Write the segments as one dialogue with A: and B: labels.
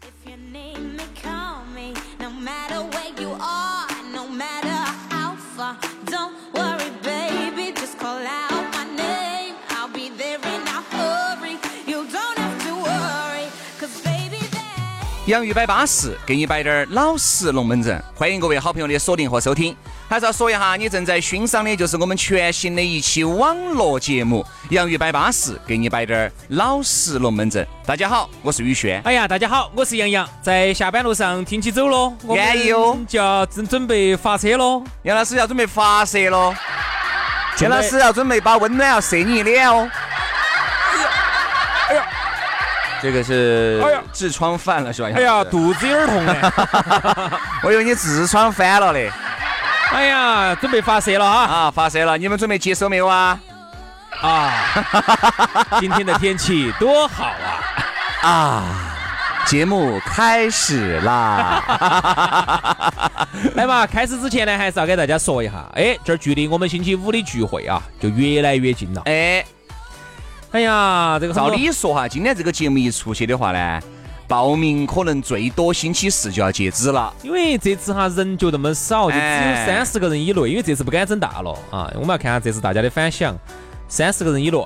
A: If you need me, call me. No matter where you are, no matter how far. Don't worry, baby. Just call out my name. I'll be there in a hurry. You don't have to worry. Cause baby, there.
B: 洋芋摆巴适，给你摆点儿老实龙门阵。欢迎各位好朋友的锁定和收听。还是要说一下，你正在欣赏的就是我们全新的一期网络节目《洋芋摆巴适》，给你摆点儿老实龙门阵。大家好，我是宇轩。
C: 哎呀，大家好，我是杨洋，在下班路上听起走喽，我
B: 安逸哦
C: 们就要准准备发车喽。
B: 杨老师要准备发射喽，
C: 哎
B: 杨
C: 备
B: 老师要准备把温暖要射你一脸哦。这个是
C: 哎呀
B: 痔疮犯了是吧？
C: 哎呀，肚子有点痛 呢。
B: 我以为你痔疮犯了嘞
C: 哎呀，准备发射了哈
B: 啊！发射了，你们准备接收没有啊？
C: 啊！ 今天的天气多好啊！
B: 节目开始啦！
C: 来嘛，开始之前呢，还是要给大家说一下，哎，这儿距离我们星期五的聚会啊，就越来越近了。
B: 哎，
C: 哎呀，这个很
B: 照
C: 多
B: 理说哈，今天这个节目一出去的话呢，报名可能最多星期四就要截止了。
C: 因为这次哈人就那么少，就只
B: 哎
C: 有三十个人以内，因为这次不敢整大了啊。我们要看下这次大家的反响，三十个人以内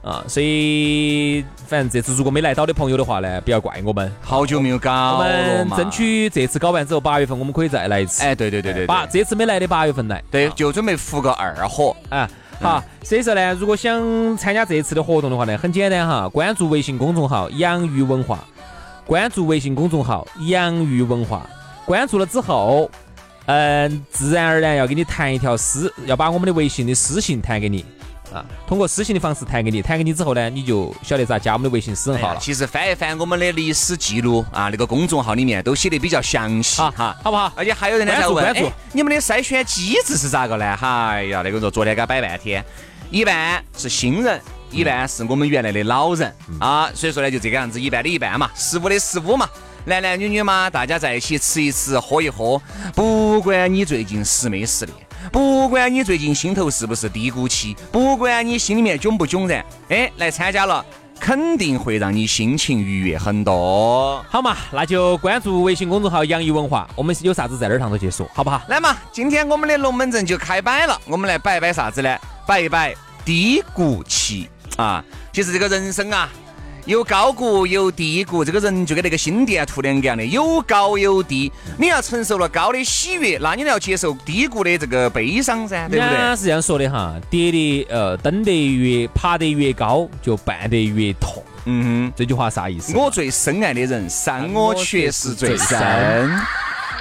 C: 啊，所以反正这次如果没来到的朋友的话呢，不要怪我们，
B: 好久没有
C: 我
B: 搞了
C: 们
B: 嘛
C: 争。取这次搞完之后，八月份我们可以再来一次。
B: 哎，对对对对
C: 八
B: 对，
C: 这次没来的八月份来。
B: 对，就准备复个二货。
C: 啊。好，所以说呢，如果想参加这一次的活动的话呢，很简单哈，关注微信公众号“洋芋文化”，关注微信公众号“洋芋文化”，关注了之后，嗯，自然而然要给你弹一条私，要把我们的微信的私信弹给你啊，通过私信的方式弹给你，弹给你之后呢，你就晓得咋加我们的微信私人
B: 哎
C: 号
B: 呀
C: 了，
B: 其实翻一翻我们的历史记录啊，那个公众号里面都写的比较详细
C: 好
B: 哈。
C: 好不好？
B: 而且还有人呢
C: 啊
B: 在
C: 关注
B: 问，
C: 关注
B: 哎你们的筛选机制是咋个呢？哈，哎呀，那个说昨天给他摆半天，一半是新
C: 嗯
B: 人，一半是我们原来的老人、啊，所以说呢就这个样子，一半的一半嘛，十五的十五嘛。男男女女嘛，大家在一起吃一吃，喝一喝，不管你最近失没失恋，不管你最近心头是不是低谷期，不管你心里面囧不囧然，哎，来参加了，肯定会让你心情愉悦很多。
C: 好嘛，那就关注微信公众号“洋芋文化”，我们有啥子在那儿上头去说，好不好？
B: 来嘛，今天我们的龙门阵就开摆了，我们来摆一摆啥子呢？摆一摆低谷期啊！其实这个人生啊，有高谷有低谷，这个人就跟那个心电图两个样的，有高有低。你要承受了高的喜悦，那你要接受低谷的这个悲伤噻，对不
C: 人
B: 对
C: 家？是这样说的哈，跌的呃，登得越爬得越高，就绊得越痛。
B: 嗯
C: 这句话啥意思？
B: 哼，我最深爱的人，伤我确实最深。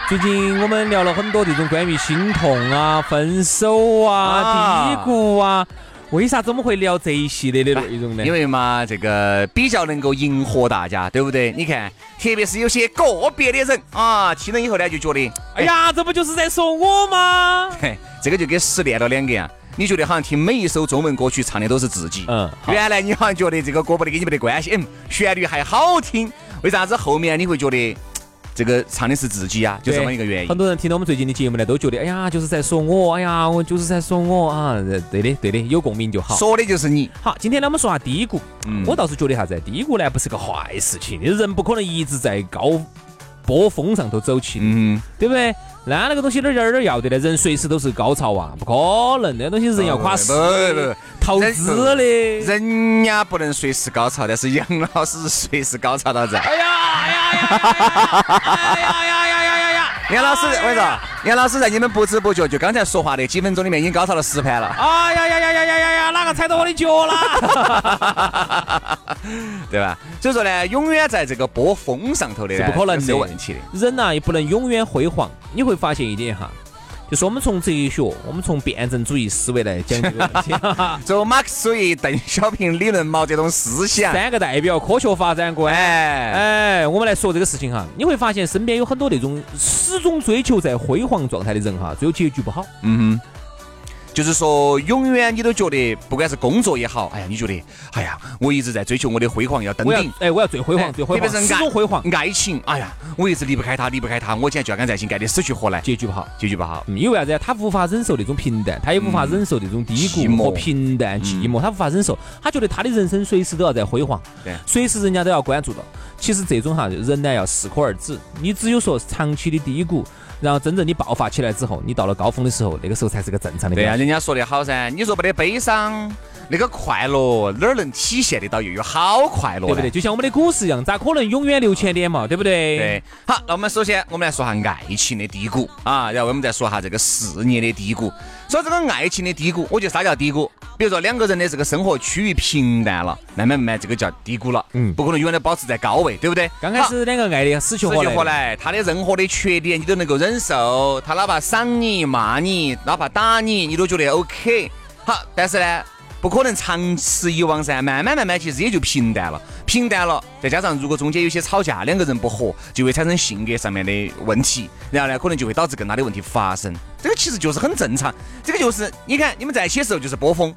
C: 最近我们聊了很多这种关于心痛啊、分手啊、
B: 啊
C: 低谷啊，为啥子我们会聊这一系列的内容呢？
B: 哎因
C: 为
B: 为嘛，这个比较能够迎合大家，对不对？你看，特别是有些个别的人啊，听了以后呢，就觉得，
C: 哎呀，这不就是在说我吗？
B: 嘿，这个就跟失恋了两个样。你觉得好像听每一首中文歌曲唱的都是自己，
C: 嗯好
B: 原来你好像觉得这个歌不得跟你没得关系，嗯，旋律还好听，为啥子后面你会觉得这个唱的是自己啊？就这么一个原因
C: 很。多人听到我们最近的节目呢，都觉得哎呀，就是在说我，哎呀，我就是在说我啊。呃对的，对的，有共鸣就好。
B: 说的就是你，
C: 好，今天呢，我们说下低谷。
B: 嗯
C: 我倒是觉得啥子，低谷呢不是个坏事情，人不可能一直在高波峰上头走起，
B: 嗯，
C: 对不对？那那个东西哪儿哪儿哪儿要得的，人随时都是高潮啊，不可能，那东西人要垮死
B: 不不
C: 的
B: 不，
C: 投资的。
B: 人家不能随时高潮，但是杨老师随时高潮到这。
C: 哎呀哎呀哎呀哎呀哎呀哎呀哎呀哎呀！
B: 杨老师，我跟你说，杨老师在你们不知不觉就刚才说话的几分钟里面已经高潮了十盘了，
C: 哎呀呀呀呀呀呀呀！哪个踩到我的脚了？
B: 对吧？所以说呢，永远在这个波峰上头的呢
C: 是不可能的
B: 是有问题的。
C: 人呐、也不能永远辉煌。你会发现一点哈，就是我们从哲学，我们从辩证主义思维来讲这个问题。
B: 走马克思主义、邓小平理论、毛泽东思想，
C: 三个代表科学发展观。
B: 哎，
C: 哎，我们来说这个事情哈，你会发现身边有很多那种始终追求在辉煌状态的人哈，最后结局不好。
B: 嗯哼，就是说，永远你都觉得，不管是工作也好，哎呀，你觉得，哎呀，我一直在追求我的辉煌，要登
C: 我要
B: 顶。
C: 哎，我要最辉
B: 哎
C: 煌，最辉
B: 特
C: 煌，
B: 别
C: 始
B: 是爱
C: 终辉煌，
B: 爱情，哎呀，我一直离不开他，离不开他，我现在就要跟爱情干得死去活来，
C: 结局不好。
B: 结局不好。
C: 嗯因为啥子呀？他无法忍受那种平淡，他也无法忍受那种低
B: 寂
C: 谷
B: 寞嗯
C: 和平淡寂寞，他无法忍受。他觉得他的人生随时都要在辉煌
B: 对，
C: 随时人家都要关注到。其实这种哈，人呢要适可而止。你只有说长期的低谷，然后真正你爆发起来之后，你到了高峰的时候，那个时候才是个正常的
B: 对
C: 表
B: 呀、
C: 现。
B: 人家说得好噻，你说没得悲伤，那个快乐哪儿能体现得到？又有好快乐
C: 对
B: 呢
C: 不对？？就像我们的股市一样，咋可能永远六千点嘛？对不对？
B: 对，好，那我们首先我们来说下爱情的低谷啊，然后我们再说下这个事业的低谷。说这个爱情的低谷，我觉得啥叫低谷？比如说两个人的这个生活趋于平淡了，慢慢慢慢这个叫低谷了，嗯，
C: 嗯
B: 不可能永远都保持在高位，对不对？
C: 刚开
B: 好
C: 始两个爱的死去
B: 死
C: 活
B: 去
C: 来
B: 活
C: 的，
B: 来，他的任何的缺点你都能够忍受，他哪怕赏你、骂你，哪怕打你，你都觉得 OK。好，但是呢，不可能长此以往噻，慢慢慢慢其实也就平淡了，平淡了，再加上如果中间有些吵架，两个人不和，就会产生性格上面的问题，然后呢，可能就会导致更大的问题发生。这个其实就是很正常，这个就是你看你们在一起的时候就是波峰。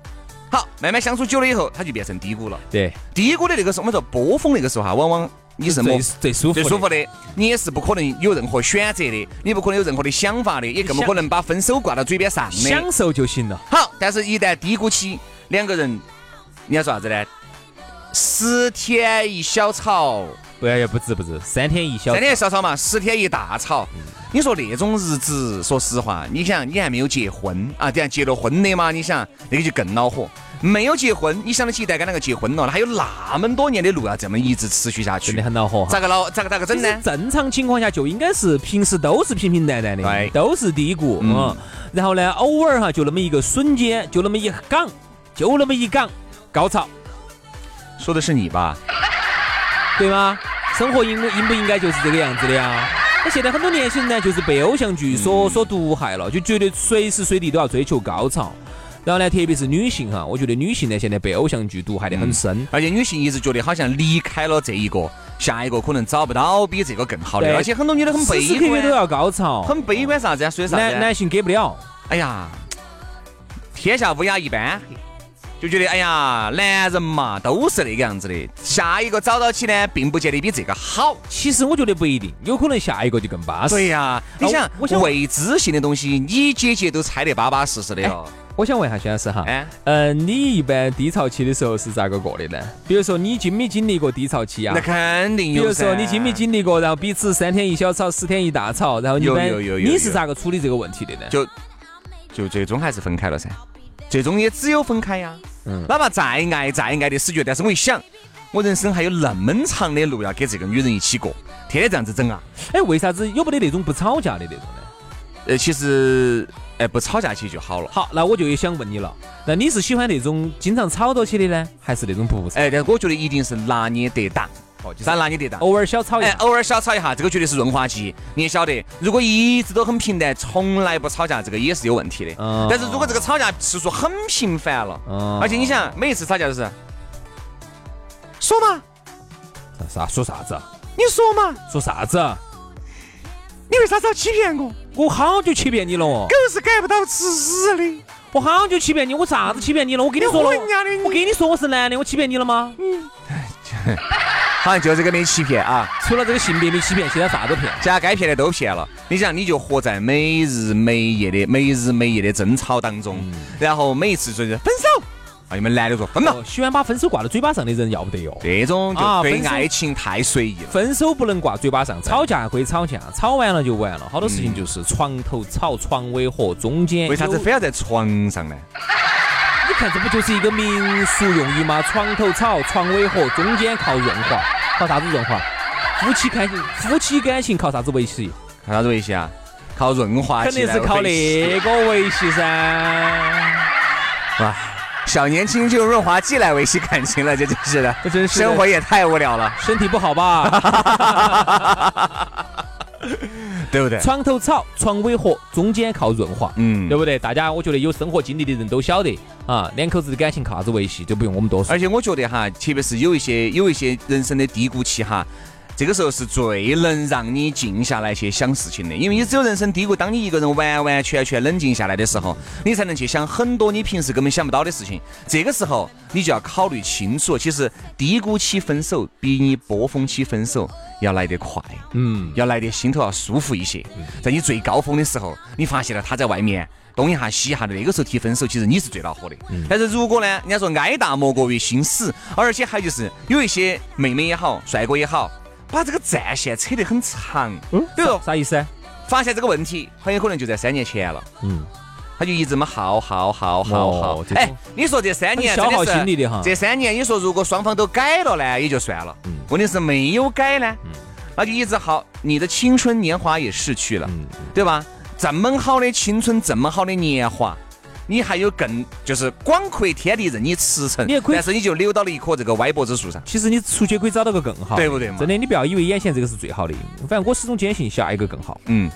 B: 好，慢慢相处久了以后，它就变成低谷了。
C: 对，
B: 低谷的那个时候，我们说波峰那个时候哈、往往你是没
C: 最最舒服的，
B: 最舒服的，你也是不可能有任何选择的，你不可能有任何的想法的，也更不可能把分手挂到嘴边上的。
C: 享受就行了。
B: 好，但是一旦低谷期，两个人，你要说啥子呢？十天一小吵，
C: 不要，不止不止，三天一小
B: 三天一小吵嘛，十天一大吵。你说那种日子，说实话，你想你还没有结婚啊，等下结了婚的嘛，你想那个就更恼火。没有结婚，你想得起一旦跟那个结婚了，那还有那么多年的路要啊这么一直持续下
C: 真的
B: 去，
C: 很恼火哈。
B: 咋个老咋个咋个整
C: 其
B: 呢
C: 实？正常情况下就应该是平时都是平平淡淡的，
B: 对
C: 都是低谷，
B: 嗯
C: 嗯，然后呢，偶尔哈就那么一个瞬间，就那么一杠，就那么一杠，高潮，
B: 说的是你吧？
C: 对吗？生活应应不应该就是这个样子的呀？那现在很多年轻人呢，就是被偶像剧所
B: 嗯
C: 所毒害了，就觉得随时随地都要追求高潮。然后呢，特别是女性哈，我觉得女性呢现在被偶像剧毒害得
B: 嗯
C: 很深。
B: 而且女性一直觉得好像离开了这一个，下一个可能找不到比这个更好的，
C: 对
B: 而且很多女的很
C: 时时刻
B: 悲
C: 刻都
B: 观，
C: 要高潮，
B: 很悲观啥子啊？所以啥
C: 男
B: 子啊？
C: 男性给不了。
B: 哎呀，天下乌鸦一般黑，就觉得哎呀，男人嘛都是那个样子的，下一个找到起呢，并不见得比这个好。
C: 其实我觉得不一定，有可能下一个就更巴适。
B: 对呀、你
C: 我
B: 想
C: 我想
B: 未知性的东西，你姐姐都猜得巴巴适适的哟。
C: 我想问一下徐老师哈，
B: 哎
C: 嗯，你一般低潮期的时候是咋个过的呢？比如说你经没经历过低潮期啊
B: 那？肯定
C: 比
B: 有
C: 如
B: 噻。
C: 说你经没经历过，然后彼此三天一小吵，十天一大吵，然后你一般
B: 有有有有有
C: 你是咋个处理这个问题的呢？
B: 就就最终还是分开了噻，最终也只有分开呀。
C: 嗯
B: 哪怕再爱再爱的死绝，但是我一想，我人生还有那么长的路要跟这个女人一起过，天天这样子整啊。
C: 哎，为啥子有没得那种不吵架的那种呢？
B: 呃，其实哎，不吵架起就好了。
C: 好，那我就也想问你了，那你是喜欢那种经常吵到起的呢，还是那种不吵？
B: 哎，但我觉得一定是拿捏得当，
C: 哦，就
B: 咱拿捏得当。
C: 偶尔小吵一
B: 哎，
C: 下。
B: 偶尔小吵一下，这个绝对是润滑剂。你也晓得，如果一直都很平淡，从来不吵架，这个也是有问题的。
C: 哦
B: 但是如果这个吵架次数很频繁了，
C: 哦
B: 而且你想，每一次吵架都是说嘛，
C: 啥说啥子啊？
B: 哎你说嘛，
C: 说啥子啊？
B: 你为啥子要欺骗我？
C: 我好久欺骗你了哦！
B: 是改不到吃屎的。
C: 我好久欺骗你，我啥子欺骗你了？我跟你说了，我跟你说我是男的，我欺骗你了吗？
B: 好像就这个没欺骗啊，
C: 除了这个性别没欺骗，其他啥都骗。
B: 其他该骗的都骗了。你想，你就活在每日每夜的每日每夜的争吵当中，然后每一次就是分手，啊，你们男的说分 了，
C: 哦，喜欢把分手挂到嘴巴上的人要不得哟。
B: 这种就
C: 啊
B: 对
C: 分手
B: 爱情太随意了。
C: 分手不能挂嘴巴上，吵架可以吵架，吵完了就完了。好多事情就是床头吵，床尾和，中间哎
B: 为啥子
C: 有
B: 非要在床上呢？
C: 你看这不就是一个民俗用语吗？床头吵，床尾和，中间靠润滑，靠啥子润滑？夫妻感情，夫妻感情靠啥子维系？
B: 靠啥子维系啊？靠润滑
C: 肯
B: 剂
C: 定
B: 来
C: 是靠
B: 维系
C: 那个维系噻。
B: 哇，小年轻就用润滑剂来维系感情了，这真是的，
C: 这真是的
B: 生活也太无聊了。
C: 身体不好吧？
B: 对不对？
C: 床头草，床尾和，中间靠润滑，
B: 嗯
C: 对不对？大家我觉得有生活经历的人都晓得啊，两口子的感情靠啥子维系，就不用我们多说。
B: 而且我觉得哈，特别是有一些有一些人生的低谷期哈，这个时候是最能让你静下来去想事情的，因为你只有人生低谷，当你一个人完完全全冷静下来的时候，你才能去想很多你平时根本想不到的事情。这个时候你就要考虑清楚，其实低谷期分手比你波峰期分手要来得快。
C: 嗯，
B: 要来的心头要舒服一些。在你最高峰的时候，你发现了他在外面东一下西一下的，那个时候提分手，其实你是最恼火的。但是如果呢，人家说挨打莫过于心死，而且还就是有一些妹妹也好，帅哥也好，把这个战线扯得很长。比如说
C: 啥意思啊？
B: 发现这个问题，很有可能就在三年前了。
C: 嗯
B: 嗯。他就一直么耗耗耗耗耗
C: 哦这，种
B: 哎，你说这三年
C: 很消耗
B: 真是
C: 心力的哈嗯
B: 这三年你说如果双方都改了呢，也就算了。问题是没有改呢，那就一直耗，你的青春年华也逝去了，
C: 嗯
B: 对吧？这么好的青春，这么好的年华，你还有更就是广阔天地任你驰骋
C: 你也，可以
B: 但是你就扭到了一棵这个歪脖子树上。
C: 其实你出去可以找到个更好，
B: 对不对嘛
C: 真的，你不要以为眼前这个是最好的，反正我始终坚信下一个更好。
B: 嗯，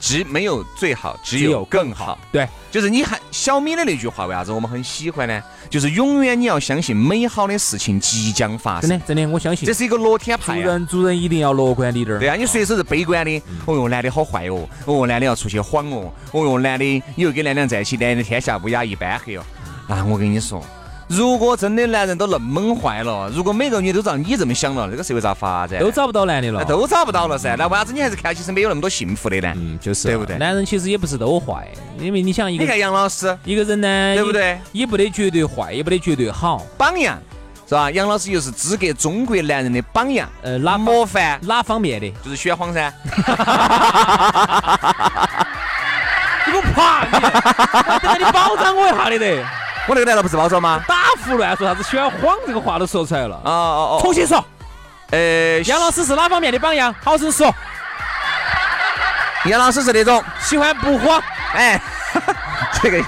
B: 只没有最好，只
C: 只有
B: 有更好。
C: 对，
B: 就是你还小米的那句话，为啥子我们很喜欢呢？就是永远你要相信美好的事情即将发
C: 真的
B: 生，
C: 真的，我相信哎
B: 这是一个乐天
C: 主
B: 派呀、
C: 人主人一定嗯要乐观一点
B: 对
C: 儿。
B: 啊，你随手是悲观的，哦哟，男的好坏哦，哦哟，男的要出去晃哦，哦哟，男的以后跟男的在一起，男的天下乌鸦一般黑哦。啊，我跟你说，如果真的男人都那么坏了，如果每个女都照你这么想了，这个社会咋发展呢？
C: 都找不到男的
B: 那
C: 了，
B: 都找不到了噻，那为啥子你还是看起身边有那么多幸福的呢？
C: 嗯，就是啊
B: 对不对
C: 男人其实也不是都坏，因为你想一
B: 你
C: 个
B: 看杨老师。
C: 一个人呢，
B: 对不对
C: 也？也不得绝对坏，也不得绝对好，
B: 榜样，是吧？杨老师又是资格中国男人的榜样，
C: 呃，哪方
B: 模范
C: 哪方 面的？
B: 就是选谎噻。
C: 你给我爬！ 你，等下你保障我一下的得。
B: 我那个难道不是包装吗？
C: 打胡乱说啥子喜欢晃这个话都说出来
B: 哦
C: 了。
B: 哦哦，
C: 重新说，
B: 呃，
C: 杨老师是哪方面的榜样？好生说，
B: 杨老师是那种，
C: 喜欢不慌，
B: 哎， 这个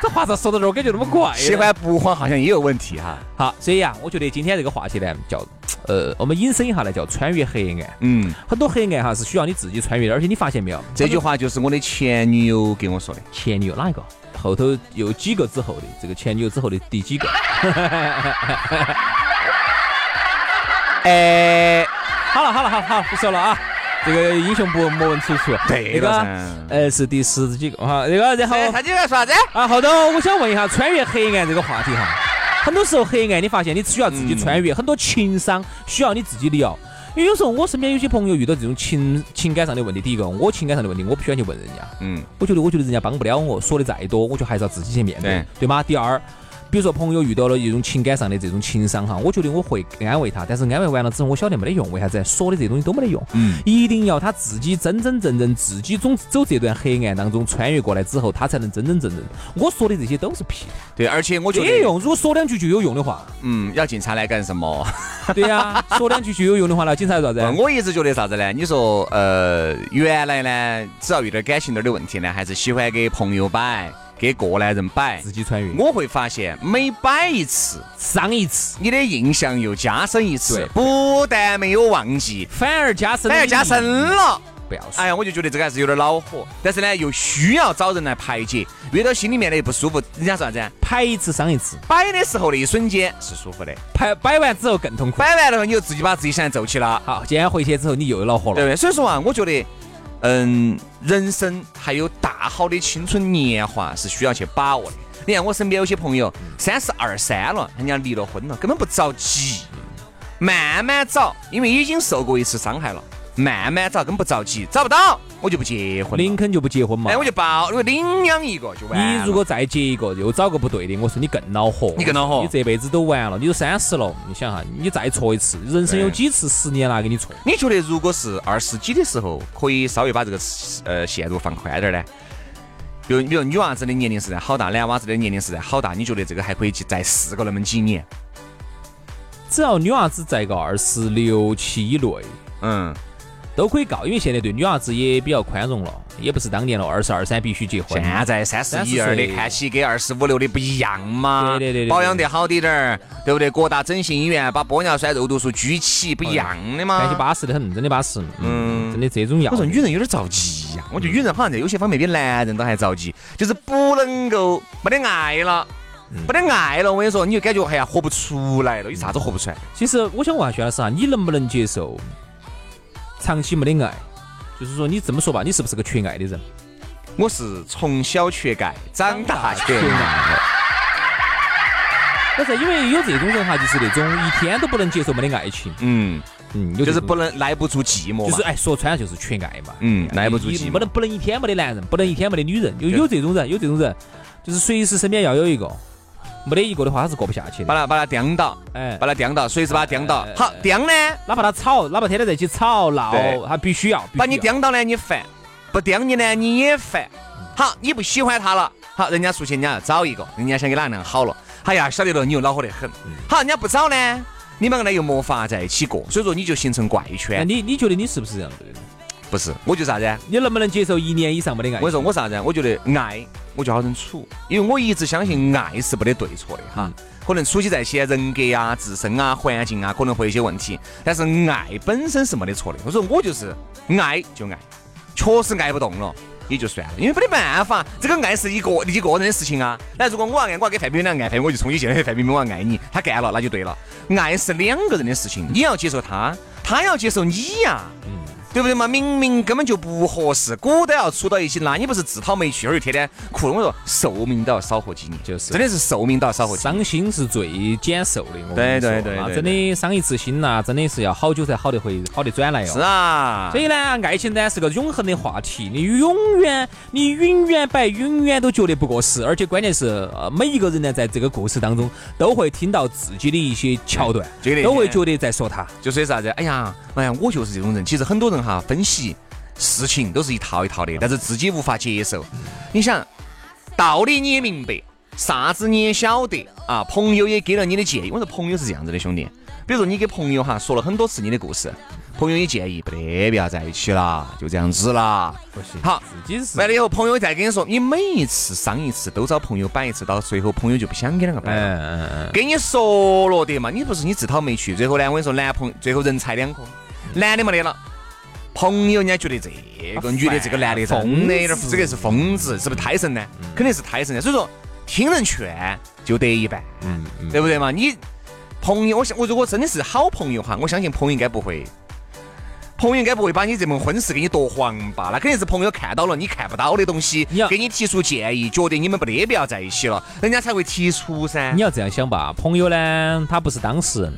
C: 这话咋说到这儿，我感觉那么怪呢。
B: 喜欢不慌好像也有问题哈。
C: 好，所以啊，我觉得今天这个话题呢，叫呃，我们引申一下呢，叫穿越黑暗。
B: 嗯，
C: 很多黑暗哈是需要你自己穿越的，而且你发现没有，
B: 这句话就是我的前女友给我说的。
C: 前女友哪一个？后头有几个之后的，这个前女友之后的第几个？
B: 哎，
C: 好了好了好了好了，不说了啊，这个英雄不莫问出处。
B: 对
C: 那个
B: 了噻
C: 呃是第十几个哈，那个然后
B: 哎他今天说啥子？
C: 啊，后头我想问一下，穿越黑暗这个话题哈，很多时候黑暗你发现你需要自己穿越，很多情商需要你自己聊。因为有时候我身边有些朋友遇到这种情情感上的问题，第一个我情感上的问题我不喜欢去问人家，
B: 嗯，
C: 我觉得我觉得人家帮不了我，说的再多，我就还是要自己去面对，对吗？第二。比如说，朋友遇到了一种情感上的这种情伤哈，我觉得我会安慰他，但是安慰完了之后，我晓得没得用，为啥子？说的这些东西都没得用，
B: 嗯，
C: 一定要他自己真真正正自己总走这段黑暗当中穿越过来之后，他才能真真正正。我说的这些都是屁，
B: 对，而且我觉
C: 没
B: 得，
C: 用。如果说两句就有用 的话，
B: 嗯，要警察来干什么？
C: 对呀、说两句就有用的话，那警察做啥
B: 呃
C: 子？
B: 我一直觉得啥子呢？你说，呃，原来呢，只要遇到感情点儿的问题呢，还是喜欢给朋友摆，给过来人摆
C: 自。己穿越，
B: 我会发现，每摆一次，
C: 上一次
B: 你的印象又加深一
C: 对
B: 次，不但没有忘记，
C: 反而加深，
B: 反而加深，了。
C: 不要说。
B: 哎呀，我就觉得这个还是有点恼火，但是呢，又需要找人来排解。遇到心里面的不舒服，人家说啥子啊？
C: 拍一次伤一次，
B: 摆的时候那一瞬间是舒服的，
C: 拍摆完之后更痛苦。
B: 摆完了你就自己把自己想皱起了。
C: 好，今天回去之后你又恼火
B: 对
C: 了。
B: 不对？所以说啊，我觉得，嗯，人生还有大好的青春年华是需要去把握的。你看我身边有些朋友，
C: 嗯
B: 三十二三了，人家离了婚了，根本不着急，慢慢找，因为已经受过一次伤害了，慢慢找，根本不着急，找不到我就不结婚
C: 林
B: 了，
C: 肯就不结婚嘛
B: 哎，？我就抱，我就领养一个就完了。
C: 你如果再结一个，又找个不对的，我说你更恼火，
B: 你更恼火
C: 你这辈子都完了，你都三十了，你想哈，你再错一次，人生有几次十年拿给你错？
B: 你觉得如果是二十几的时候，可以稍微把这个呃限度放宽点儿呢？比如，比如女娃子的年龄是在好大，男娃子的年龄是在好大，你觉得这个还可以去再试个那么几年？
C: 只要女娃子在个二十六七以内，
B: 嗯，
C: 都可以告，因为现在对女伢子也比较宽容了，也不是当年了二十二三必须结婚。
B: 现在三十一
C: 30
B: 二的
C: 岁
B: 看起跟二十五六的不一样嘛，
C: 对对对对
B: 保养得好滴点儿，对不对？各大整形医院把玻尿酸、肉毒素举起，不一样的
C: 感觉
B: 嘛。
C: 巴适的很，真的巴适。嗯，真的这种药
B: 我，说女人有点着急呀、我觉得女人好像在有些方面比男人都还着急，就是不能够没得爱了，
C: 嗯
B: 没得爱了，我跟你说，你就感觉哎呀活不出来了，有啥子活不出来？
C: 其实我想问下薛老师啊，你能不能接受长期没得爱？就是说你这么说吧，你是不是个缺爱的人？
B: 我是从小缺钙，长大缺
C: 缺
B: 爱。
C: 爱。不是，因为有这种人哈，就是那种一天都不能接受没得爱情，
B: 嗯，
C: 嗯，有
B: 就是
C: 这种
B: 不能耐不住寂寞
C: 就
B: 嘛。
C: 是哎，说穿了就是缺爱嘛。
B: 嗯耐不住
C: 你
B: 寂寞
C: 不能不能一天没得男人，不能一天没得女人。有有这种人，有这种人，就是随时身边要有一个，没得一个的话他是过不下去
B: 把
C: 的。
B: 它把它颠倒，
C: 哎
B: 把，它颠倒，随时把它颠倒
C: 哎。
B: 好，颠呢，
C: 哪怕他吵，哪怕天天在一起吵闹
B: 对，
C: 他必须要啊
B: 把你。
C: 必须要
B: 颠倒呢，你烦；不颠你呢，你也烦。好，你不喜欢他了，好，人家出去人家要找一个，人家想给哪样好了，哎呀，晓得了，你又恼火得很。
C: 嗯
B: 好，人家不找呢，你们两个呢又没法在一起过，所以说你就形成怪
C: 那
B: 圈。
C: 你你觉得你是不是这样子的人？
B: 不是，我就啥子？
C: 你能不能接受一年以上没得爱情？
B: 我跟你说，我啥子啊？我觉得爱，我就好生处，因为我一直相信爱是没得对错的哈
C: 嗯。
B: 可能处起在一起，人格啊、自身啊、环境啊，可能会有一些问题，但是爱本身是没得错的。我说我就是爱就爱，确实爱不动了。也就算了，因为没得办法，这个爱是一个一个人的事情啊。那如果我要爱，我要给范冰冰爱，范冰冰我就从以前的范冰冰我要爱你，他干了那就对了。爱是两个人的事情，你要接受他，他要接受你呀、对不对嘛？明明根本就不合适，骨都要杵到一起，那你不是自讨没趣，而又天天哭。我说寿命都要少活几年，
C: 就是
B: 真的是寿命都要少活几年。
C: 伤心是最减寿的，我跟
B: 对
C: 你说
B: 对对
C: 啊
B: 对
C: 真的伤一次心呐，真的是要好久才好得回，好得转来哦哟。
B: 是啊
C: 所，以呢，爱情呢是个永恒的话题，你永远，你永远摆，永远都觉得不过时。而且关键是，呃，每一个人呢，在这个故事当中，都会听到自己的一些桥段
B: 这个，
C: 都会觉得在说他。
B: 就说啥子？哎呀，哎呀，我就是这种人。其实很多人哈，分析事情都是一套一套的，但是自己无法接受。你想，道理你也明白，啥子你也晓得啊，朋友也给了你的建议。我说朋友是这样子的，兄弟，比如说你给朋友哈说了很多次你的故事，朋友也建议不得，不要在一起啦，就这样子啦。
C: 不行
B: 好，
C: 自己是
B: 完了以后，朋友再跟你说，你每一次伤一次，都找朋友摆一次，到最后朋友就不想跟两个摆了。
C: 嗯嗯
B: 跟你说了的嘛，你不是你自讨没趣。最后呢，我跟你说，男朋友最后人财两空，
C: 嗯
B: 男的没得了，朋友人家觉得这个女的这个男的真的有点
C: 啊疯子嗯
B: 这个是疯子，是不是胎神呢？肯定是胎神的。所以说，听人劝就得一半，
C: 嗯嗯，
B: 对不对嘛？你朋友，我想我如果真的是好朋友哈，我相信朋友应该不会。朋友应该不会把你这门婚事给你夺黄吧？那肯定是朋友看到了你看不到的东西
C: 你要，
B: 给你提出建议，觉得你们不得必要在一起了，人家才会提出噻
C: 你。要这样想吧，朋友呢，他不是当事人，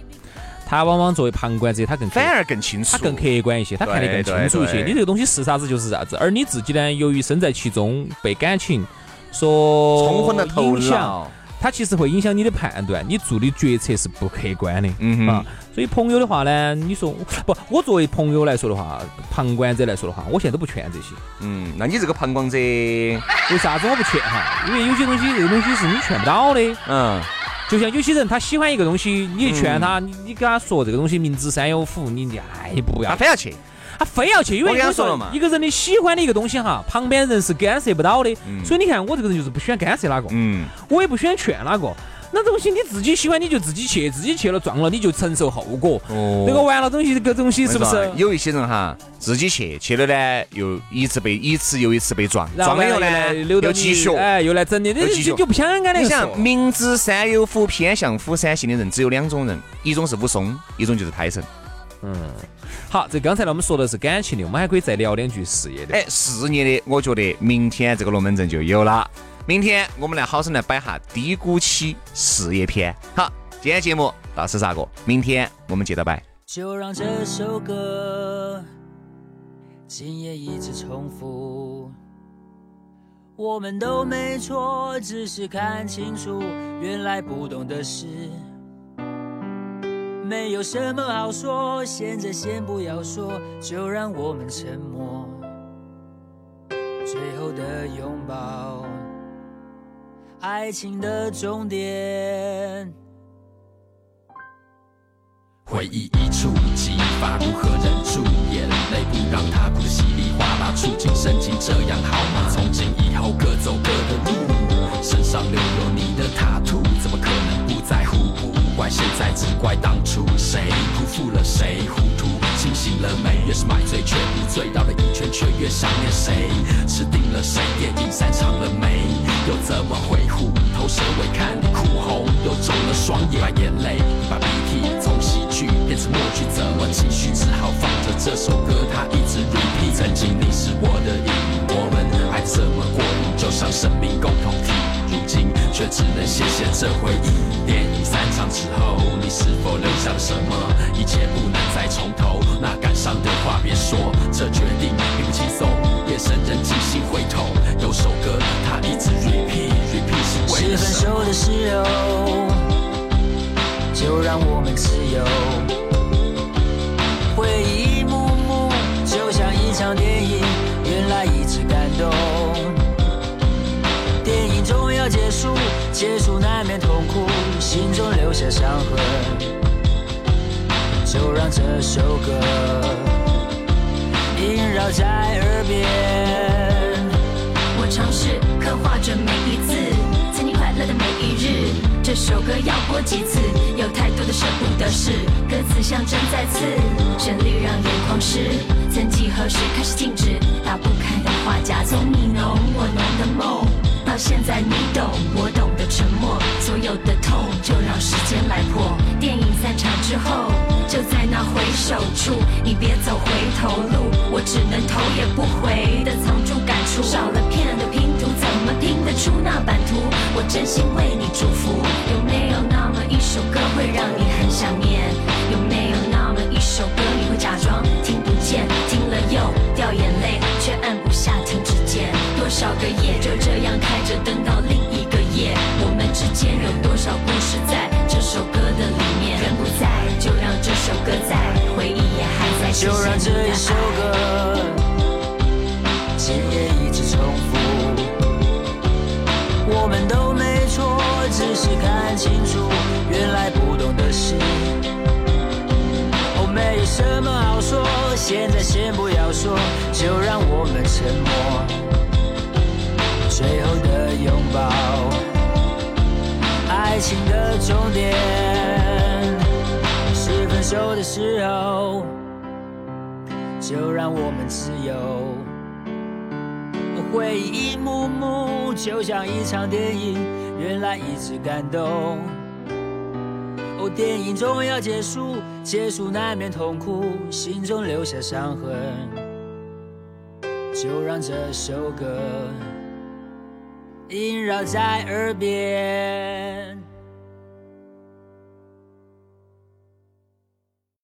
C: 他往往作为旁观者，他更
B: 反而更清楚，
C: 他更客观一些，他看得更清楚一
B: 对对
C: 些。你这个东西是啥子就是啥子，而你自己呢，由于身在其中，被感情所
B: 冲昏了头
C: 影响，
B: 脑。
C: 它其实会影响你的判断，你做的决策是不客观的。
B: 嗯哼
C: 啊，所以朋友的话呢，你说不，我作为朋友来说的话，旁观者来说的话，我现在都不劝这些。
B: 嗯，那你这个旁观者，
C: 为啥子我不劝哈？因为有些东西，这个东西是你劝不到的。
B: 嗯，
C: 就像有些人他喜欢一个东西，你一劝他，你你跟他说这个东西明知山有虎，你你哎不要
B: 他非要去，
C: 他非要去，因为
B: 我跟他
C: 有时候
B: 说了嘛
C: 一个人的喜欢的一个东西哈，旁边人是干涉不到的。
B: 嗯
C: 所以你看，我这个人就是不喜欢干涉哪个，
B: 嗯，
C: 我也不喜欢劝哪个。那东西你自己喜欢，你就自己去，自己去了撞了，你就承受后果。
B: 哦
C: 那个完了东西，这个东西是不
B: 我跟
C: 是
B: 你说啊？有一些人哈，自己去去了呢，又一次被一次又一次被撞，
C: 然
B: 撞了以后
C: 完
B: 呢，
C: 又来溜到
B: 又
C: 你
B: 积雪。
C: 哎，又来整你，你
B: 又积雪
C: 你就不想干那
B: 你
C: 个
B: 想，
C: 事。
B: 明知山有虎，偏向虎山行的人只有两种人，一种是武松，一种就是胎神。
C: 好，这刚才呢我们说的是感情的，我们还可以再聊两句事业的。
B: 哎，事业的，我觉得明天这个龙门阵就有了。明天我们来好生来摆哈低谷期事业篇。好，今天节目到此煞过，明天我们接着摆。
D: 就让这首歌今夜一直重复。我们都没错，只是看清楚，原来不懂的事，没有什么好说。现在先不要说，就让我们沉默。最后的拥抱，爱情的终点。
E: 回忆一触即发，如何忍住眼泪不让越是买醉，却你醉到了一圈，却越想念谁，吃定了谁，电影散场了没？又怎么会虎头蛇尾看你哭红，又肿了双眼，把眼泪，把鼻涕从喜剧变成默剧，怎么继续？只好放着这首歌，它一直 repeat。曾经你是我的瘾，我们爱这么过瘾，就像生命共同体。如今却只能写写这回忆。电影散场之后，你是否留下了什么？一切不能再从头，那感伤的话别说。这决定并不轻松，夜深人静心回头，有首歌它一直 repeat repeat 是为
D: 是
E: 了
D: 分
E: 什么？
D: 手的时候，就让我们自由。回忆一幕幕，就像一场电影，原来一直感动。电影终要结束，结束难免痛苦，心中留下伤痕。就让这首歌萦绕在耳边。
F: 我尝试刻画着每一次曾经快乐的每一日。这首歌要播几次？有太多的舍不得事，歌词像针在刺，旋律让眼眶湿。曾几何时开始静止，打不开的画夹，从你浓我浓的梦，到现在你懂我懂的沉默，所有的痛就让时间来破。电影散场之后，就在那回首处，你别走回头路，我只能头也不回的藏住感触。少了片的拼图，怎么拼得出那版图？我真心为你祝福。有没有那么一首歌会让你很想念？有没有那么一首歌你会假装听不见，听了又掉眼泪，却按不下停止键？多少个夜就这样开着灯到另一个夜，我们之间有多少故事在这首歌的里面？人不在，就让这首歌在，回忆也还在，
D: 就让这一首歌，今夜一直重复。我们都没错，只是看清楚，原来不懂的事。哦，没有什么好说，现在先不要说，就让我们沉默。最后的拥抱，爱情的终点是分手的时候。就让我们自由。回忆一幕幕，就像一场电影，原来一直感动。哦，电影终要结束，结束难免痛苦，心中留下伤痕。就让这首歌萦绕在耳边。